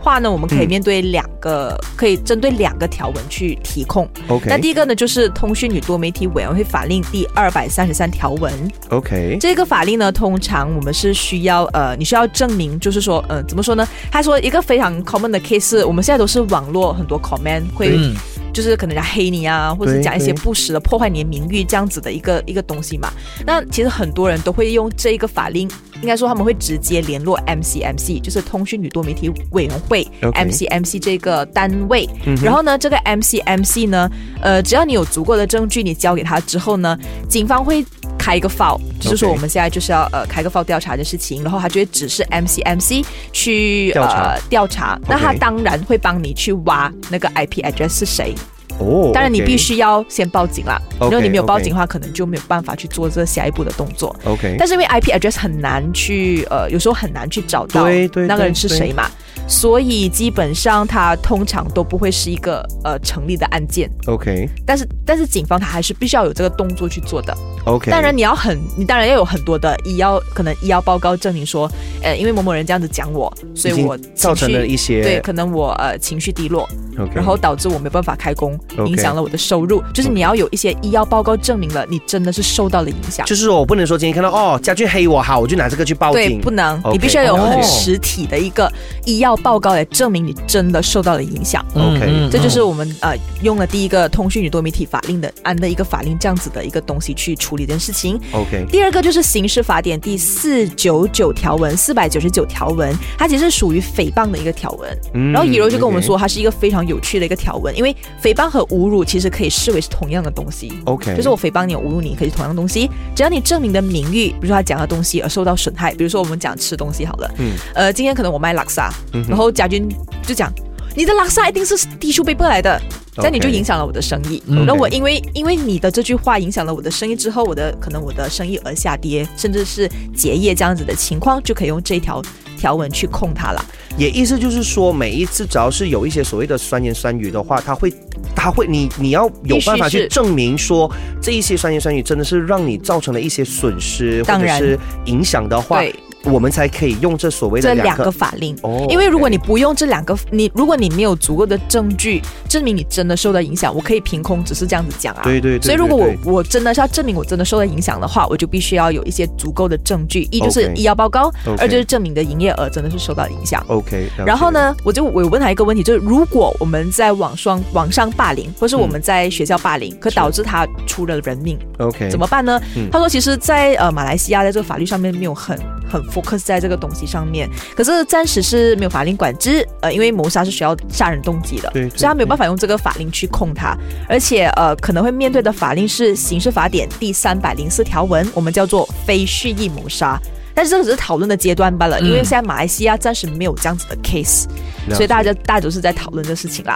Speaker 4: 话呢，我们可
Speaker 5: 嗯
Speaker 4: 以面对两个，可以针对两个条文去提控。那
Speaker 5: OK
Speaker 4: 第一个呢，就是《通讯与多媒体委员会法令》第二百三十三条文。
Speaker 5: OK，
Speaker 4: 这个法令呢，通常我们是需要呃，你需要证明，就是说呃，怎么说呢？他说一个非常 common 的 case，是我们现在都是网络很多 comment 会
Speaker 3: 嗯，
Speaker 4: 就是可能人家黑你啊，或者是讲一些不实的破坏你的名誉这样子的一个一个东西嘛。那其实很多人都会用这一个法令，应该说他们会直接联络 MCMC，就是通讯与多媒体委员会
Speaker 5: OK
Speaker 4: MCMC 这个单位。
Speaker 5: 嗯哼
Speaker 4: 然后呢，这个 MCMC 呢，呃，只要你有足够的证据，你交给他之后呢，警方会。开一个 file，就是说
Speaker 5: OK
Speaker 4: 我们现在就是要呃开个 file 调查的事情，然后他就会指示 MCMC 去
Speaker 5: 调查
Speaker 4: 呃调查，那他
Speaker 5: OK
Speaker 4: 当然会帮你去挖那个 IP address 是谁。
Speaker 5: 哦，
Speaker 4: 当然，你
Speaker 5: OK
Speaker 4: 必须要先报警啦。如
Speaker 5: OK，
Speaker 4: 果你没有报警的话，可能就没有办法去做这下一步的动作。
Speaker 5: OK，
Speaker 4: 但是因为 IP address 很难去，呃，有时候很难去找到
Speaker 5: 对对
Speaker 4: 那个人
Speaker 5: 对
Speaker 4: 是
Speaker 5: 对
Speaker 4: 谁嘛，所以基本上它通常都不会是一个呃成立的案件。
Speaker 5: OK
Speaker 4: 但是但是警方他还是必须要有这个动作去做的。
Speaker 5: OK，
Speaker 4: 当然你要很，你当然要有很多的医药可能医药报告证明说，呃，因为某某人这样子讲我，所以
Speaker 5: 已经
Speaker 4: 我
Speaker 5: 造成
Speaker 4: 情绪
Speaker 5: 了一些
Speaker 4: 对，可能我呃情绪低落，
Speaker 5: OK，
Speaker 4: 然后导致我没办法开工，
Speaker 5: OK
Speaker 4: 影响了我的收入。就是你要有一些医药报告证明了你真的是受到了影响。
Speaker 5: 就是我不能说今天看到哦，家俊黑我，好，我就拿这个去报
Speaker 4: 对，
Speaker 5: 警，
Speaker 4: 不能
Speaker 5: OK
Speaker 4: 你必须要有
Speaker 3: 哦
Speaker 4: 很实体的一个医药报告来证明你真的受到了影响。
Speaker 5: OK，
Speaker 3: 嗯
Speaker 4: 这就是我们呃用了第一个通讯与多媒体法令的按的一个法令这样子的一个东西去处理这件事情。
Speaker 5: OK
Speaker 4: 第二个就是刑事法典第四九九条文、四百九十九条文，它其实是属于诽谤的一个条文。
Speaker 5: 嗯
Speaker 4: 然后以柔就跟我们说，它是一个非常有趣的一个条文，因为诽谤和侮辱其实可以视为是同样的东西。
Speaker 5: OK，
Speaker 4: 就是我诽谤你，我侮辱你，可以是同样东西。只要你证明你的名誉，比如说他讲的东西而受到损害，比如说我们讲吃东西好了，
Speaker 5: 嗯
Speaker 4: 呃，今天可能我卖拉萨，
Speaker 5: 嗯哼
Speaker 4: 然后贾军就讲你的拉萨一定是 tissue paper 来的。这样你就
Speaker 5: OK
Speaker 4: 影响了我的生意，
Speaker 3: 嗯
Speaker 4: 然后我因为因为你的这句话影响了我的生意之后，我的可能我的生意而下跌，甚至是结业这样子的情况，就可以用这条条文去控它了。
Speaker 5: 也意思就是说，每一次只要是有一些所谓的酸言酸语的话，他会，他会，你你要有办法
Speaker 4: 必须
Speaker 5: 去
Speaker 4: 是
Speaker 5: 证明说这一些酸言酸语真的是让你造成了一些损失或
Speaker 4: 当
Speaker 5: 者
Speaker 4: 然
Speaker 5: 是影响的话，
Speaker 4: 对，
Speaker 5: 我们才可以用这所谓
Speaker 4: 这
Speaker 5: 的
Speaker 4: 两
Speaker 5: 两
Speaker 4: 个
Speaker 5: 个。
Speaker 4: 法令。
Speaker 5: 哦
Speaker 4: 因为如果你不用这两个，你如果你没有足够的证据证明你真的受到影响，我可以凭空只是这样子讲啊。
Speaker 5: 对对对
Speaker 4: 所以如果
Speaker 5: 对对
Speaker 4: 我我真的是要证明我真的受到影响的话，我就必须要有一些足够的证据，一就是
Speaker 5: OK
Speaker 4: 医药报告
Speaker 5: OK
Speaker 4: 二就是证明你的营业额真的是受到影响。
Speaker 5: OK，了解
Speaker 4: 然后？呢，我就我有问他一个问题，就是如果我们在网上网上霸凌，或是我
Speaker 5: 嗯
Speaker 4: 们在学校霸凌，可导致他出了人命，
Speaker 5: ？OK，
Speaker 4: 怎么办呢？
Speaker 5: 嗯
Speaker 4: 他说，其实在，呃马来西亚，在这个法律上面没有很很 focus 在这个东西上面，可是暂时是没有法令管制，呃，因为谋杀是需要杀人动机的，
Speaker 5: 对对
Speaker 4: 所以他没有办法用这个法令去控他，而且呃可能会面对的法令是《刑事法典》第三百零四条文，我们叫做非蓄意谋杀。但是这个只是讨论的阶段罢了，因为
Speaker 5: 嗯
Speaker 4: 现在马来西亚暂时没有这样子的 case，
Speaker 5: 了解
Speaker 4: 所以大家大家都是在讨论这事情啦。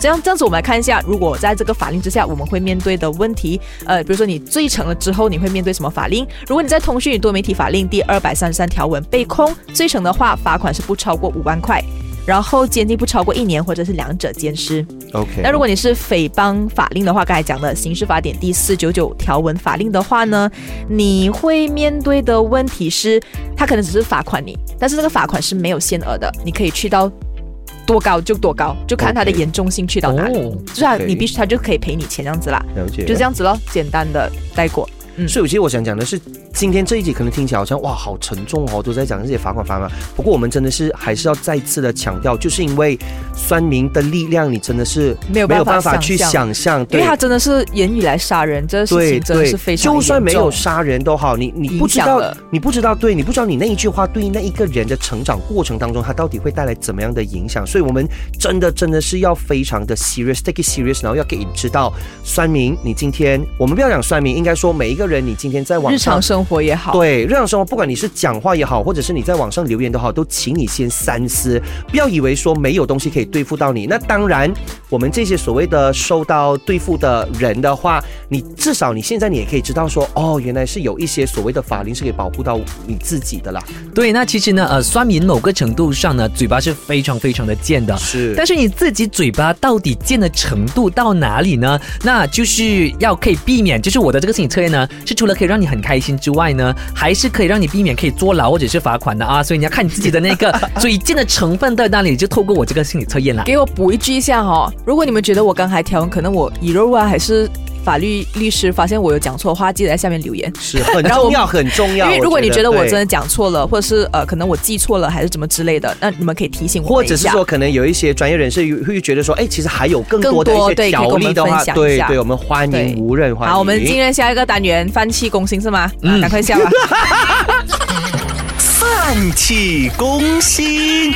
Speaker 4: 这样这样子，我们来看一下，如果在这个法令之下，我们会面对的问题，呃，比如说你罪成了之后，你会面对什么法令？如果你在通讯与多媒体法令第二百三十三条文被控罪成的话，罚款是不超过五万块。然后监禁不超过一年，或者是两者兼施。
Speaker 5: OK，
Speaker 4: 那如果你是诽谤法令的话，刚才讲的刑事法典第四九九条文法令的话呢，你会面对的问题是，他可能只是罚款你，但是这个罚款是没有限额的，你可以去到多高就多高，就看它的
Speaker 5: OK
Speaker 4: 严重性去到哪里。
Speaker 3: 哦
Speaker 4: 就是他
Speaker 5: OK
Speaker 4: 你必须他就可以赔你钱这样子啦，
Speaker 5: 了解，
Speaker 4: 就这。样子咯，简单的带过。
Speaker 5: 所以，其实我想讲的是，今天这一集可能听起来好像哇，好沉重哦，都在讲这些罚款罚款。不过，我们真的是还是要再次的强调，就是因为酸民的力量，你真的是
Speaker 4: 没有
Speaker 5: 没
Speaker 4: 办
Speaker 5: 有
Speaker 4: 法
Speaker 5: 办法去
Speaker 4: 想象
Speaker 5: 想象，
Speaker 4: 因
Speaker 5: 对
Speaker 4: 为他真的是言语来杀人，这个事情真的是非常
Speaker 5: 就算
Speaker 4: 严
Speaker 5: 没有
Speaker 4: 重
Speaker 5: 杀人都好，你你不知
Speaker 4: 影响
Speaker 5: 道
Speaker 4: 了，
Speaker 5: 你不知道，对你不知道你那一句话对于那一个人的成长过程当中，他到底会带来怎么样的影响。所以，我们真的真的是要非常的 serious，take it serious，然后要给你知道，酸民，你今天我们不要讲酸民，应该说每一个人，你今天在网
Speaker 4: 日
Speaker 5: 上
Speaker 4: 常生活也好，
Speaker 5: 对，日常生活，不管你是讲话也好，或者是你在网上留言都好，都请你先三思，不要以为说没有东西可以对付到你。那当然，我们这些所谓的受到对付的人的话，你至少你现在你也可以知道说，哦，原来是有一些所谓的法令是可以保护到你自己的啦。
Speaker 3: 对，那其实呢，呃，酸民某个程度上呢，嘴巴是非常非常的贱的。
Speaker 5: 是
Speaker 3: 但是你自己嘴巴到底贱的程度到哪里呢？那就是要可以避免，就是我的这个心理测验呢，是除了可以让你很开心之外呢， 还是可以让你避免可以坐牢或者是罚款的啊。所以你要看你自己的那 个嘴贱的成分在那里，就透过我这个心理测验啦。
Speaker 4: 给我补一句一下哈、哦，如果你们觉得我刚才调，可能我以肉啊还是法律律师发现我有讲错的话，记得在下面留言。
Speaker 5: 是很
Speaker 4: 然后我
Speaker 5: 重要，很重要。
Speaker 4: 因为如果你觉得我真的
Speaker 5: 对。
Speaker 4: 讲错了，或者是呃，可能我记错了，还是怎么之类的，那你们可以提醒我
Speaker 5: 或
Speaker 4: 们一
Speaker 5: 者是
Speaker 4: 下。
Speaker 5: 说，可能有一些专业人士会觉得说，哎，其实还有更多的
Speaker 4: 更
Speaker 5: 一
Speaker 4: 多
Speaker 5: 些
Speaker 4: 对可以
Speaker 5: 条
Speaker 4: 跟我
Speaker 5: 例
Speaker 4: 们
Speaker 5: 的
Speaker 4: 分
Speaker 5: 话，
Speaker 4: 享一
Speaker 5: 对
Speaker 4: 下
Speaker 5: 对，我们欢
Speaker 4: 对
Speaker 5: 迎，无人欢迎。
Speaker 4: 好，我们今天下一个单元翻气攻心是吗？嗯，赶快下 吧。
Speaker 6: 泛起攻心。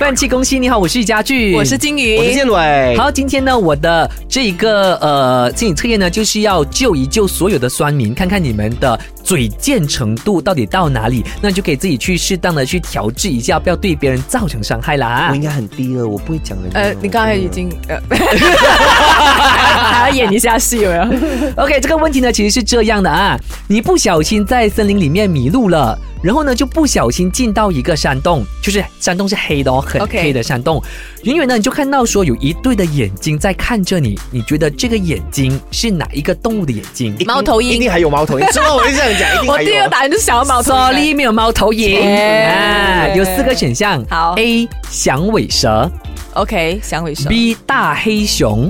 Speaker 3: 万气恭喜你好，我是佳俊，
Speaker 4: 我是金鱼，
Speaker 5: 我是建伟，
Speaker 3: 好，今天呢，我的这一个呃心理测验呢，就是要救一救所有的酸民，看看你们的嘴贱程度到底到哪里，那就可以自己去适当的去调制一下，不要对别人造成伤害啦
Speaker 5: 我。应该很低了，我不会讲人家的。
Speaker 4: 啊呃，你刚才已经 呃，还要演一下戏有没有？
Speaker 5: 哎
Speaker 3: OK，这个问题呢其实是这样的啊，你不小心在森林里面迷路了，然后呢就不小心进到一个山洞，就是山洞是黑的哦，很
Speaker 4: OK
Speaker 3: 黑的山洞远远呢你就看到说有一对的眼睛在看着你，你觉得这个眼睛是哪一个动物的眼睛？
Speaker 5: 一定
Speaker 4: 猫头鹰
Speaker 5: 一定还有猫头鹰。之后我就这样讲，一定
Speaker 4: 我
Speaker 5: 还
Speaker 4: 第二
Speaker 5: 有。
Speaker 4: 答案就是想要毛头
Speaker 3: Sorry，没有猫头鹰
Speaker 4: 哎
Speaker 3: 啊，有四个选项。
Speaker 4: 好
Speaker 3: ，A 响尾蛇
Speaker 4: OK，响尾蛇
Speaker 3: ，B 大黑熊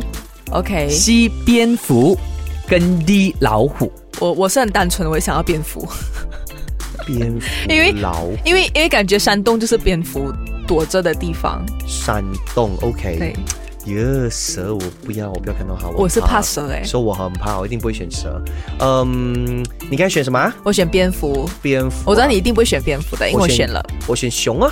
Speaker 4: OK，
Speaker 3: ，C 蝙蝠，跟 D 老虎。
Speaker 4: 我我是很单纯，我也想要蝙蝠，
Speaker 5: 蝙蝠
Speaker 4: 因为
Speaker 5: 老虎
Speaker 4: 因为因为感觉山洞就是蝙蝠躲着的地方。
Speaker 5: 山洞，OK。
Speaker 4: 对，
Speaker 5: 耶，蛇我不要，我不要看到它。
Speaker 4: 我是
Speaker 5: 很
Speaker 4: 怕蛇哎、
Speaker 5: 说我很怕，我一定不会选蛇。嗯，你该选什么啊？
Speaker 4: 我选蝙蝠。
Speaker 5: 蝙蝠啊、
Speaker 4: 我知道你一定不会选蝙蝠的，因为我选 了。
Speaker 5: 我选熊啊。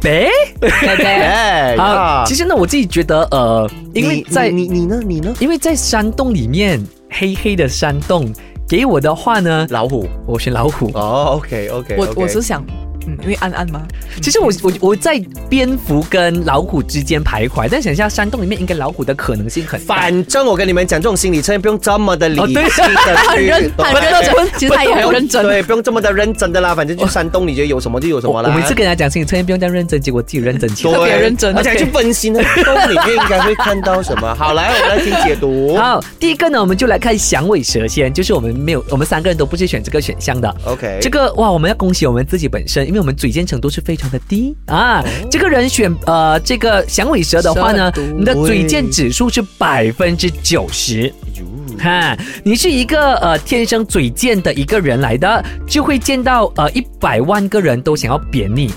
Speaker 3: 呗，
Speaker 4: 对不对
Speaker 5: 哎
Speaker 3: 好，
Speaker 5: 呀
Speaker 3: 其实呢，我自己觉得，呃，因为
Speaker 5: 你
Speaker 3: 在
Speaker 5: 你你你呢？你呢？
Speaker 3: 因为在山洞里面，黑黑的山洞，给我的话呢，
Speaker 5: 老虎。
Speaker 3: 我选老虎。
Speaker 5: 哦，OK OK，
Speaker 4: 我我是想，嗯，因为安安嘛，
Speaker 3: 其实我我我在蝙蝠跟老虎之间徘徊，但想一下，山洞里面应该老虎的可能性很大。
Speaker 5: 反正我跟你们讲，这种心理测验不用这么的理
Speaker 3: 哦
Speaker 5: 性
Speaker 3: 对
Speaker 5: 的去，
Speaker 4: 很认真， 其实他也很认真。
Speaker 5: 对，不用这么的认真的啦。反正去山洞，你觉得有什么就有什么
Speaker 3: 我
Speaker 5: 啦。
Speaker 3: 我每次跟人家讲心理测验不用这样认真，结果自己认真起来。
Speaker 5: 对
Speaker 4: 特别认真
Speaker 5: 而且还
Speaker 4: OK
Speaker 5: 去分析那个洞里面应该会看到什么。好，来，我们来听解 读。
Speaker 3: 好，第一个呢，我们就来看响尾蛇先，就是我们没有，我们三个人都不是选这个选项的。
Speaker 5: ，OK，
Speaker 3: 这个哇，我们要恭喜我们自己本身，因为我们嘴尖程度是非常的低啊。这个人选呃这个响尾蛇的话呢
Speaker 4: 蛇毒，
Speaker 3: 你的嘴尖指数是百分之九十。哈，你是一个呃天生嘴贱的一个人来的，就会见到呃一百万个人都想要扁你。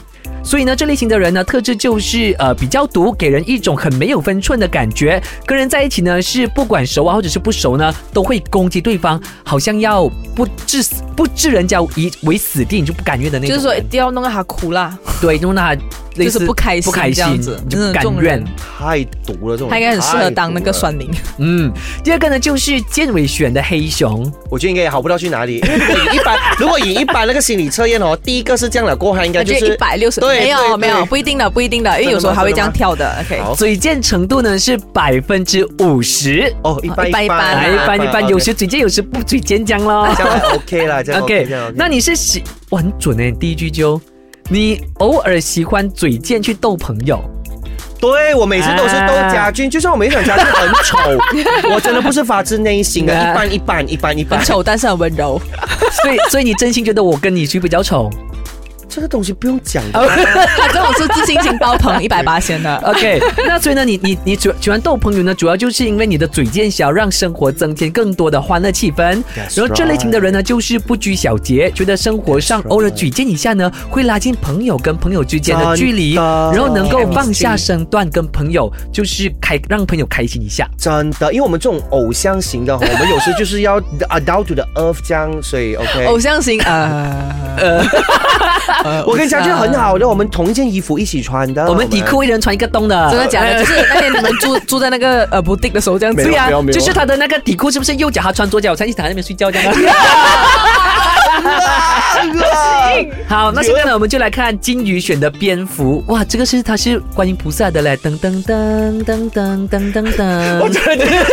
Speaker 3: 所以呢，这类型的人呢，特质就是呃比较毒，给人一种很没有分寸的感觉。跟人在一起呢，是不管熟啊或者是不熟呢，都会攻击对方，好像要不置死不置人家以为死地，你就不甘愿的那种
Speaker 4: 就
Speaker 3: 人。
Speaker 4: 是说一定要弄到他哭啦，
Speaker 3: 对，弄到他类
Speaker 4: 就
Speaker 3: 似
Speaker 4: 是不开心
Speaker 3: 不开
Speaker 4: 这
Speaker 3: 心
Speaker 4: 样子，
Speaker 3: 就不
Speaker 4: 嗯这
Speaker 3: 甘
Speaker 4: 种
Speaker 3: 愿
Speaker 4: 人。
Speaker 5: 太毒了，这种
Speaker 4: 他应该很适合当那个
Speaker 5: 酸。
Speaker 4: 酸民。
Speaker 3: 嗯，第二个呢，就是建伟选的黑熊，
Speaker 5: 我觉得应该也好不到去哪里。因为如果以一般，如果以一般那个心理测验哦，第一个是这样了，过后他应该
Speaker 4: 我
Speaker 5: 就
Speaker 4: 觉得
Speaker 5: 是
Speaker 4: 一百六十
Speaker 5: 对
Speaker 4: 没有
Speaker 5: 对
Speaker 4: 没有
Speaker 5: 对
Speaker 4: 不一定的不一定的，因为有时候还会这样跳的。OK，
Speaker 5: 好
Speaker 3: 嘴贱程度呢是百分之五十。
Speaker 5: 哦，一般
Speaker 4: 一般
Speaker 5: 一
Speaker 4: 一
Speaker 5: 般
Speaker 3: 来
Speaker 4: 般
Speaker 3: 一般一般，有
Speaker 5: OK
Speaker 3: 时嘴贱，有时不嘴贱，这样咯。
Speaker 5: 这样还 OK 啦，这样 OK，
Speaker 3: OK，
Speaker 5: 这样 OK
Speaker 3: 那你是喜哇很准哎、第一句就你偶尔喜欢嘴贱去逗朋友，
Speaker 5: 对我每次都是
Speaker 3: 啊
Speaker 5: 斗家俊，就算我每次讲家俊很丑，我真的不是发自内 心的，
Speaker 3: 啊
Speaker 5: 一般一般一般一
Speaker 4: 很
Speaker 5: 般。
Speaker 4: 丑但是很温 柔。
Speaker 3: 所以所以你真心觉得我跟你谁比较丑
Speaker 5: 这个东西不用讲的，
Speaker 4: 他这种是自信心爆棚一百八千 的。
Speaker 3: ？OK，那所以呢，你你你主喜欢逗朋友呢，主要就是因为你的嘴贱，想要让生活增添更多的欢乐气氛。
Speaker 5: That's
Speaker 3: 然后这类型的人呢，就是不拘小节，觉得生活上
Speaker 5: That's right
Speaker 3: 偶尔嘴贱一下呢，会拉近朋友跟朋友之间的距离，
Speaker 5: 真的
Speaker 3: 然后能够
Speaker 5: Chemistry
Speaker 3: 放下身段跟朋友，就是开让朋友开心一下。
Speaker 5: 真的，因为我们这种偶像型的，我们有时就是要啊 down to the earth 这样，所以 OK。
Speaker 4: 偶像型呃，
Speaker 5: 我跟家俊很好的，我们同一件衣服一起穿的，
Speaker 3: 我们底裤一人穿一个洞的，
Speaker 4: 真
Speaker 5: 哦
Speaker 4: 的假的？就是那天你们 住住在那个呃 boutique 的时候这样子
Speaker 5: 哎没
Speaker 3: 对
Speaker 5: 有
Speaker 3: 呀、
Speaker 5: 没有没有
Speaker 3: 就是他的那个底裤是不是右脚他穿，左脚我穿，一直躺在那边睡觉这样。啊 好，那现在呢，我们就来看金鱼选的蝙蝠。哇，这个是它是观音菩萨的嘞，噔噔噔噔噔噔噔噔。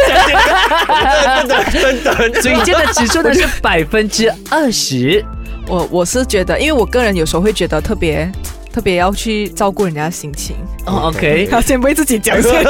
Speaker 5: 等等等等，
Speaker 3: 嘴贱的指数呢是百分之二十。
Speaker 4: 我我是觉得，因为我个人有时候会觉得特别特别要去照顾人家的心情，
Speaker 3: 哦，OK，
Speaker 4: 要先为自己讲先。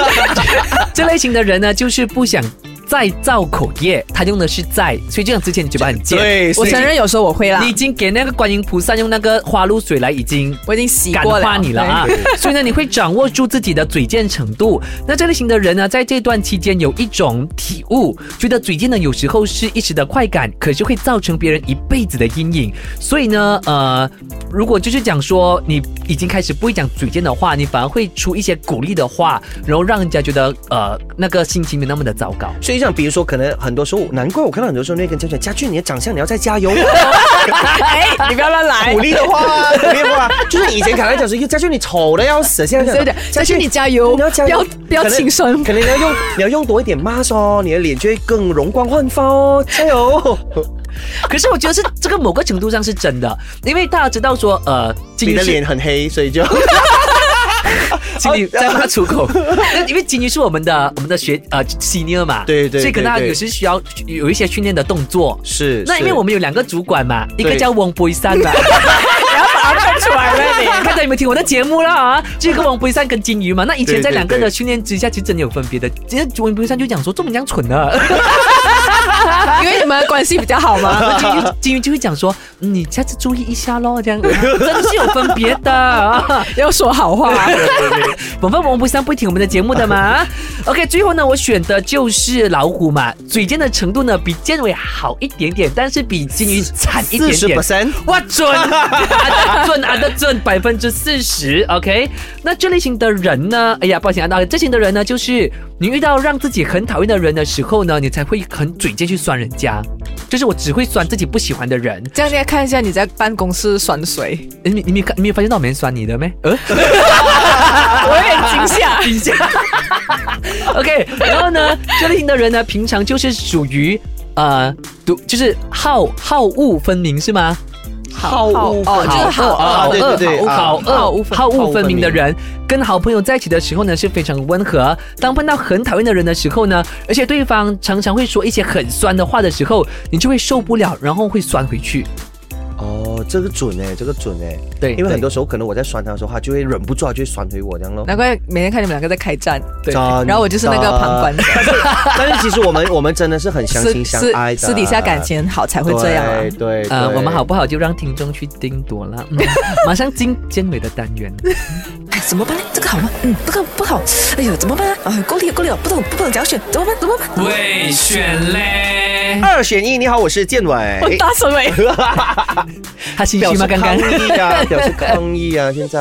Speaker 3: 这类型的人呢，就是不想再造口业，他用的是在，所以就像之前你嘴巴很贱，
Speaker 5: 对啊
Speaker 4: 我承认有时候我会啦
Speaker 3: 你，已经给那个观音菩萨用那个花露水来已经
Speaker 4: 我已经洗
Speaker 3: 感
Speaker 4: 过
Speaker 3: 化
Speaker 4: 了。
Speaker 3: 你了啊！所以呢，你会掌握住自己的嘴贱程度。那这类型的人呢，在这段期间有一种体悟，觉得嘴贱呢有时候是一时的快感，可是会造成别人一辈子的阴影。所以呢，呃，如果就是讲说你已经开始不会讲嘴贱的话，你反而会出一些鼓励的话，然后让人家觉得呃那个心情没那么的糟糕。
Speaker 5: 所以像比如说，可能很多时候，难怪我看到很多时候那个人讲讲，家俊你的长相你要再加油、啊
Speaker 4: 哎，你不要乱来
Speaker 5: 鼓。励的 话，鼓励的话，就是以前可能讲说，家俊你丑的要死，现在
Speaker 4: 对对
Speaker 5: 讲
Speaker 4: 对家俊你加油
Speaker 5: 你要加油，
Speaker 4: 不要不要
Speaker 5: 可能
Speaker 4: 轻生
Speaker 5: 可能你要用你要用多一点 mask 哦，你的脸就会更容光焕发哦，加油！
Speaker 3: 可是我觉得是这个某个程度上是真的，因为大家知道说呃，金
Speaker 5: 你
Speaker 3: 鱼
Speaker 5: 的
Speaker 3: 是
Speaker 5: 脸很黑，所以就
Speaker 3: 请你再骂出 口。那因为金鱼是我们的我们的学呃 senior 嘛，
Speaker 5: 对对
Speaker 3: 所以可能他
Speaker 5: 对对。
Speaker 3: 有时需要有一些训练的动作
Speaker 5: 是
Speaker 3: 那因为我们有两个主管嘛，一个叫翁博山 嘛，
Speaker 4: 然后把它弄出来了，你。
Speaker 3: 看到有没有听我的节目了啊？这个翁博山跟金鱼嘛，那以前在两个人的训练之下，其实真的有分别的。今天翁博山就讲说，这么样蠢啊呢，
Speaker 4: 因为你们关系比较好嘛。
Speaker 3: 金鱼金鱼就会讲说，嗯你下次注意一下咯，这样真的是有分别的啊。
Speaker 4: 要说好话、
Speaker 3: 我们王不三不听我们的节目的 嘛。OK，最后呢，我选的就是老虎嘛，嘴贱的程度呢比剑尾好一点点，但是比金鱼惨一点
Speaker 5: 四十
Speaker 3: 点。
Speaker 5: percent。
Speaker 3: 哇，准，啊准啊的准，百分之四十。OK，那这类型的人呢？哎呀，抱歉啊，那这类型的人呢，就是你遇到让自己很讨厌的人的时候呢，你才会很嘴贱去酸人家。就是我只会酸自己不喜欢的人。
Speaker 4: 这样大家看一下你在办公室酸谁？
Speaker 3: 诶你你没有看你没有发现到我没酸你的咩？呃，
Speaker 4: 我有点惊吓。
Speaker 3: 一下。OK，然后呢，这类型的人呢，平常就是属于呃，独就是好好恶分明是吗？
Speaker 5: 好恶
Speaker 4: 哦，就是好
Speaker 5: 啊
Speaker 4: 恶
Speaker 5: 对对对
Speaker 4: 好恶
Speaker 5: 啊
Speaker 3: 好恶
Speaker 4: 好恶分
Speaker 3: 好恶分明的人，跟好朋友在一起的时候呢是非常温和，当碰到很讨厌的人的时候呢，而且对方常常会说一些很酸的话的时候，你就会受不了，然后会酸回去。
Speaker 5: 哦，这个准哎、这个准哎、
Speaker 3: 对
Speaker 5: 因为很
Speaker 3: 对
Speaker 5: 多时候可能我在酸他的时候，他就会忍不住，他就会酸回我这样咯。
Speaker 4: 难怪每天看你们两个在开战，
Speaker 3: 对
Speaker 5: 真
Speaker 4: 然后我就是那个旁观
Speaker 5: 的。
Speaker 4: 者，
Speaker 5: 但是其实我们 我们真的是很相亲相爱的，
Speaker 4: 私底下感情好才会这样啊
Speaker 5: 对。对，对
Speaker 3: 呃，我们好。不好就让听众去定夺了， 嗯、马上进结尾的单元。
Speaker 2: 哎，怎么办呢？这个好吗？嗯，这个不好。哎呦，怎么办呢？
Speaker 4: 啊
Speaker 2: 哎，够力了，够
Speaker 4: 哦
Speaker 2: 力了，不懂，不懂，脚选，怎么办？怎么办？
Speaker 3: 未选嘞，
Speaker 5: 二选一，你好，我是建伟。
Speaker 4: 我大声喂，
Speaker 3: 他心
Speaker 5: 表
Speaker 3: 虚
Speaker 5: 示
Speaker 3: 吗？刚
Speaker 5: 抗
Speaker 3: 刚。
Speaker 5: 议啊，表示抗议啊！现在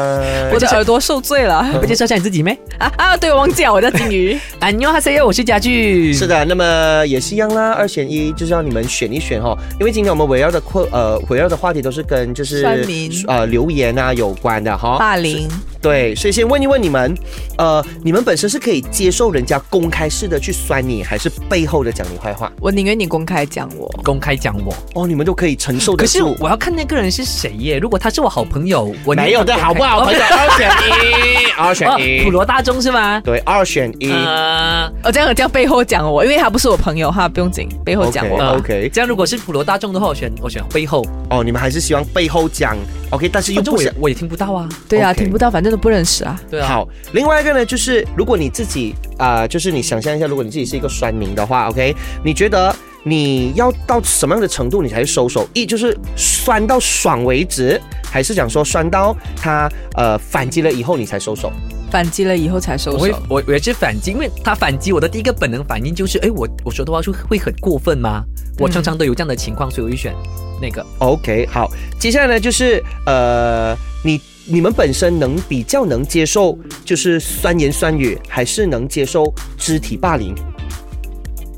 Speaker 4: 我的耳朵受 罪了
Speaker 3: 不介绍一下你自己咩？
Speaker 4: 啊啊！对，我忘记了，我叫金鱼。
Speaker 3: 안녕하세요，我是家具。
Speaker 5: 是。的，那么也是一样啦，二选一就是让你们选一选哈，因为今天我们围绕的困呃围绕的话题都是跟就是
Speaker 4: 酸民
Speaker 5: 呃留言啊有关的哈，
Speaker 4: 霸凌，
Speaker 5: 对，所以先问一问你们，呃，你们本身是可以接受人家公开式的去酸你，还是背后的讲你坏话？
Speaker 4: 我宁愿你公开讲我。
Speaker 3: 公开讲我，
Speaker 5: 哦，你们都可以承受
Speaker 3: 可
Speaker 5: 得
Speaker 3: 是
Speaker 5: 住。
Speaker 3: 我要看那个人是谁耶。如果他是我好朋友，我
Speaker 5: 没有的好不好？朋友，二选一，二选
Speaker 3: 哦，普
Speaker 5: 一，嗯
Speaker 3: 罗大众是吗？
Speaker 5: 对，二选一。
Speaker 3: 呃，
Speaker 4: 哦，这样这样背后讲我，因为他不是我朋友哈，不用紧，背后讲我。
Speaker 3: 呃
Speaker 5: OK
Speaker 3: 这样如果是普罗大众的话，我选我选背后，
Speaker 5: 哦，你们还是希望背后讲 OK，但是又
Speaker 3: 反正
Speaker 5: 不
Speaker 3: 我
Speaker 5: 想
Speaker 3: 也我也听不到啊。
Speaker 4: 对啊，
Speaker 5: OK
Speaker 4: 听不到，反正都不认识啊。
Speaker 3: 对啊，
Speaker 5: 好，另外一个呢，就是如果你自己啊、呃就是你想象一下，如果你自己是一个酸民的话，OK，你觉得你要到什么样的程度你才收手？一就是酸到爽为止，还是讲说酸到他呃反击了以后你才收手？
Speaker 4: 反击了以后才收
Speaker 3: 我会
Speaker 4: 手。
Speaker 3: 我我也是反击，因为他反击我的第一个本能反应就是，哎，我我说的话是会很过分吗？我常常都有这样的情况，所以我会选那个。
Speaker 5: OK，好，接下来呢就是呃，你你们本身能比较能接受就是酸言酸语，还是能接受肢体霸凌？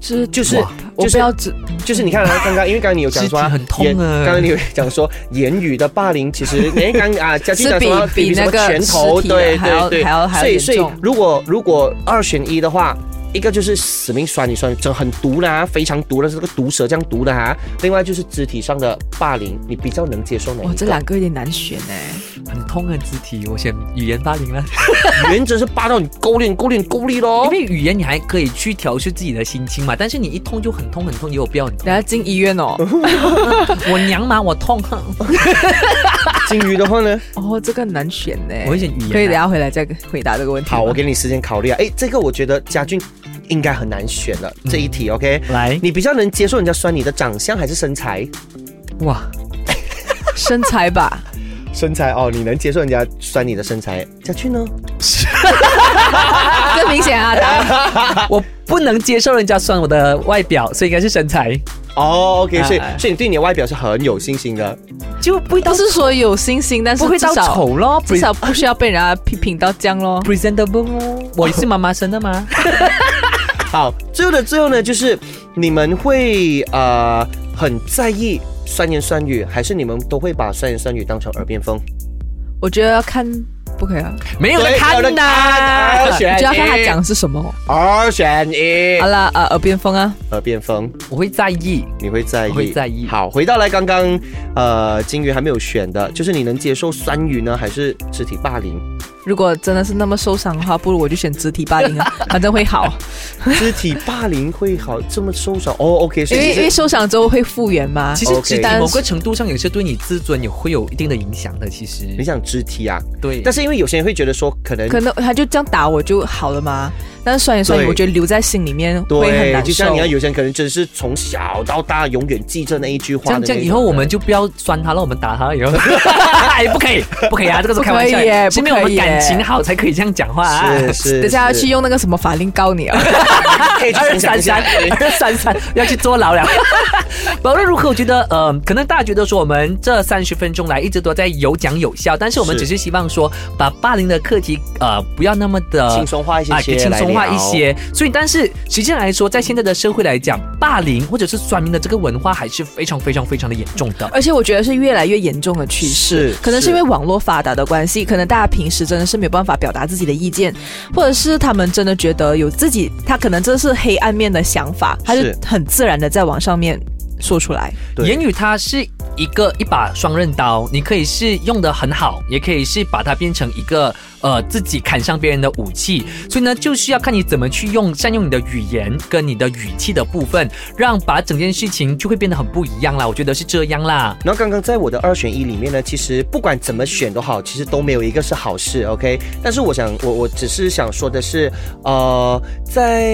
Speaker 4: 就是
Speaker 5: 就是
Speaker 4: 我
Speaker 5: 就
Speaker 4: 不
Speaker 5: 是
Speaker 4: 要只
Speaker 5: 就是你看啊，刚刚因为刚刚你有讲说啊
Speaker 3: 肢体很痛
Speaker 5: 言
Speaker 3: 啊
Speaker 5: 刚刚你有讲说言语的霸凌，其实你刚啊，佳琪讲说
Speaker 4: 是比比
Speaker 5: 什么
Speaker 4: 那个
Speaker 5: 拳头，
Speaker 4: 尸体的
Speaker 5: 对
Speaker 4: 还要
Speaker 5: 对对，
Speaker 4: 还要还要
Speaker 5: 所以
Speaker 4: 严
Speaker 5: 所
Speaker 4: 重
Speaker 5: 以如果如果二选一的话。一个就是死命酸你酸，真很毒啦，非常毒的，是个毒蛇这样毒的哈。另外就是肢体上的霸凌，你比较能接受哪一
Speaker 4: 哇，
Speaker 5: 个？
Speaker 4: 这两个有点难选哎、
Speaker 3: 很痛的肢体，我选语言霸凌了。
Speaker 5: 原则是霸到你够力，你够力，你够力咯
Speaker 3: 因。为语言你还可以去调试自己的心情嘛，但是你一痛就很痛很痛，也有必要很痛。
Speaker 4: 等下进医院哦。
Speaker 3: 我娘嘛，我痛，
Speaker 5: 金鱼的话呢？
Speaker 4: 哦，这个很难选呢、
Speaker 3: 我会选语言啊
Speaker 4: 可以等下回来再回答这个问题吗。
Speaker 5: 好，我给你时间考虑啊。哎，这个我觉得家俊应该很难选了。这一题 OK，
Speaker 3: 来
Speaker 5: 你比较能接受人家酸你的长相还是身材？
Speaker 3: 哇，
Speaker 4: 身材吧，
Speaker 5: 身材哦，你能接受人家酸你的身材？家俊呢？
Speaker 4: 这明显啊，答案
Speaker 3: 我不能接受人家酸我的外表，所以应该是身材，
Speaker 5: 哦，OK，所以
Speaker 3: 啊
Speaker 5: 所以你对你的外表是很有信心的。
Speaker 3: 就不会到
Speaker 4: 不是说有信心，但是
Speaker 3: 不会
Speaker 4: 至
Speaker 3: 到
Speaker 4: 少
Speaker 3: 丑咯，
Speaker 4: 至少不需要被人家批评到这样咯。
Speaker 3: presentable 咯。我是妈妈生的吗？
Speaker 5: 好，最后的最后呢，就是你们会呃很在意酸言酸语，还是你们都会把酸言酸语当成耳边风？
Speaker 4: 我觉得要看，不可以啊，
Speaker 3: 没有人
Speaker 5: 对有
Speaker 3: 看
Speaker 5: 人看
Speaker 3: 呐
Speaker 5: 二。
Speaker 4: 就
Speaker 5: 选一
Speaker 4: 要看他讲是什么。
Speaker 5: 二选一
Speaker 4: 好，啦，呃，耳边风啊，
Speaker 5: 耳边风
Speaker 3: 我会在意，
Speaker 5: 你会在意？
Speaker 3: 我会在意
Speaker 5: 好，回到来刚刚呃金鱼还没有选的，就是你能接受酸语呢，还是肢体霸凌？
Speaker 4: 如果真的是那么受伤的话，不如我就选肢体霸凌啊，反正会好，
Speaker 5: 肢体霸凌会好这么受伤？哦，OK，所
Speaker 4: 因为
Speaker 5: 以
Speaker 4: 因为受伤之后会复原嘛。
Speaker 3: 其实
Speaker 5: OK
Speaker 3: 肢体某个程度上也是对你自尊也会有一定的影响的。其实
Speaker 5: 你想肢体啊，
Speaker 3: 对，
Speaker 5: 但是因为有些人会觉得说可能
Speaker 4: 可能他就这样打我就好了嘛。但是酸言酸语，
Speaker 5: 对
Speaker 4: 我觉得留在心里面会很
Speaker 5: 对，
Speaker 4: 难
Speaker 5: 就
Speaker 4: 受
Speaker 5: 像你看，。有些人可能真的是从小到大永远记着那一句
Speaker 3: 这
Speaker 5: 话的
Speaker 3: 样
Speaker 5: 那
Speaker 3: 这样，
Speaker 5: 种人。
Speaker 3: 以后我们就不要酸他了，我们打他了以 后， 哎，不可以，不可以啊，这个是开玩笑
Speaker 4: 不可以耶
Speaker 3: 的，是因为我
Speaker 4: 不可以
Speaker 3: 们
Speaker 4: 耶
Speaker 3: 感情好才可以这样讲话啊。
Speaker 5: 是是，
Speaker 4: 等一下要
Speaker 5: 是
Speaker 4: 去用那个什么法令告你啊！
Speaker 5: 可以去
Speaker 3: 二
Speaker 5: 重想
Speaker 3: 三
Speaker 5: 一下
Speaker 3: 三，二三三，要去坐 牢了。无论如何，我觉得，呃，可能大家觉得说我们这三十分钟来一直都在有讲有笑，但是我们
Speaker 5: 是
Speaker 3: 只是希望说把霸凌的课题，呃，不要那么的
Speaker 5: 轻松化一些
Speaker 3: 啊，
Speaker 5: 些
Speaker 3: 给轻松化一
Speaker 5: 来哦
Speaker 3: 些。所以，但是实际上来说，在现在的社会来讲，霸凌或者是酸民的这个文化还是非常非常非常的严重的。
Speaker 4: 而且我觉得是越来越严重的趋势
Speaker 5: 是，
Speaker 4: 可能
Speaker 5: 是
Speaker 4: 是因为网络发达的关系，可能大家平时真的是没有办法表达自己的意见，或者是他们真的觉得有自己，他可能这是黑暗面的想法，他就是很自然的在网上面说出来。
Speaker 5: 对
Speaker 3: 言语它是一个一把双刃刀，你可以是用的很好，也可以是把它变成一个呃自己砍伤别人的武器。所以呢，就是要看你怎么去用，善用你的语言跟你的语气的部分，让把整件事情就会变得很不一样啦。我觉得是这样啦。
Speaker 5: 然后刚刚在我的二选一里面呢，其实不管怎么选都好，其实都没有一个是好事，OK。但是我想，我我只是想说的是，呃，在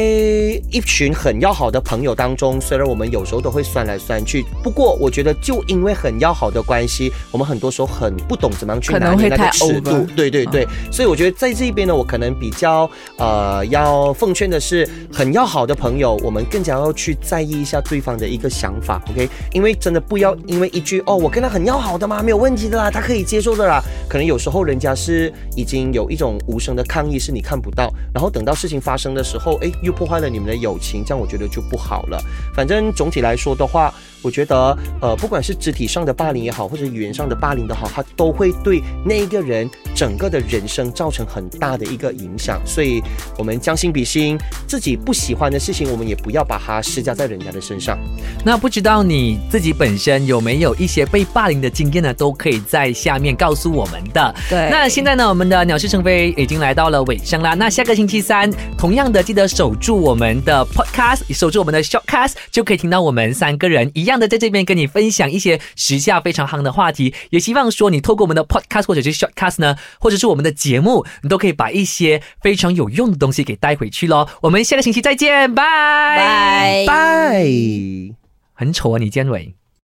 Speaker 5: 一群很要好的朋友当中，虽然我们有时候都会酸来酸去，不过我觉得就因为很要好的关系，我们很多时候很不懂怎么样去
Speaker 4: 可能
Speaker 5: 拿捏
Speaker 4: 会
Speaker 5: 那个
Speaker 4: 太
Speaker 5: 尺度
Speaker 4: over，
Speaker 5: 对对对，所以我觉得在这一边呢，我可能比较呃要奉劝的是，很要好的朋友，我们更加要去在意一下对方的一个想法，OK？因为真的不要因为一句哦，我跟他很要好的嘛，没有问题的啦，他可以接受的啦，可能有时候人家是已经有一种无声的抗议，是你看不到，然后等到事情发生的时候，哎，又破坏了你们的友情，这样我觉得就不好了。反正总体来说的话，我觉得呃，不管是肢体上的霸凌也好，或者语言上的霸凌的好，它都会对那一个人整个的人生造成很大的一个影响。所以，我们将心比心，自己不喜欢的事情，我们也不要把它施加在人家的身上。
Speaker 3: 那不知道你自己本身有没有一些被霸凌的经验呢？都可以在下面告诉我们的。
Speaker 4: 对
Speaker 3: 那现在呢，我们的鸟事成飞已经来到了尾声啦。那下个星期三，同样的记得守住我们的 podcast，守住我们的 shortcast，就可以听到我们三个人一样的在这边跟你分享一些时下非常夯的话题。也希望说你透过我们的 podcast 或者是 shortcast 呢，或者是我们的节目，你都可以把一些非常有用的东西给带回去咯。我们下个星期再见，拜。
Speaker 4: 拜。
Speaker 5: 拜。
Speaker 3: 很丑啊，你建伟。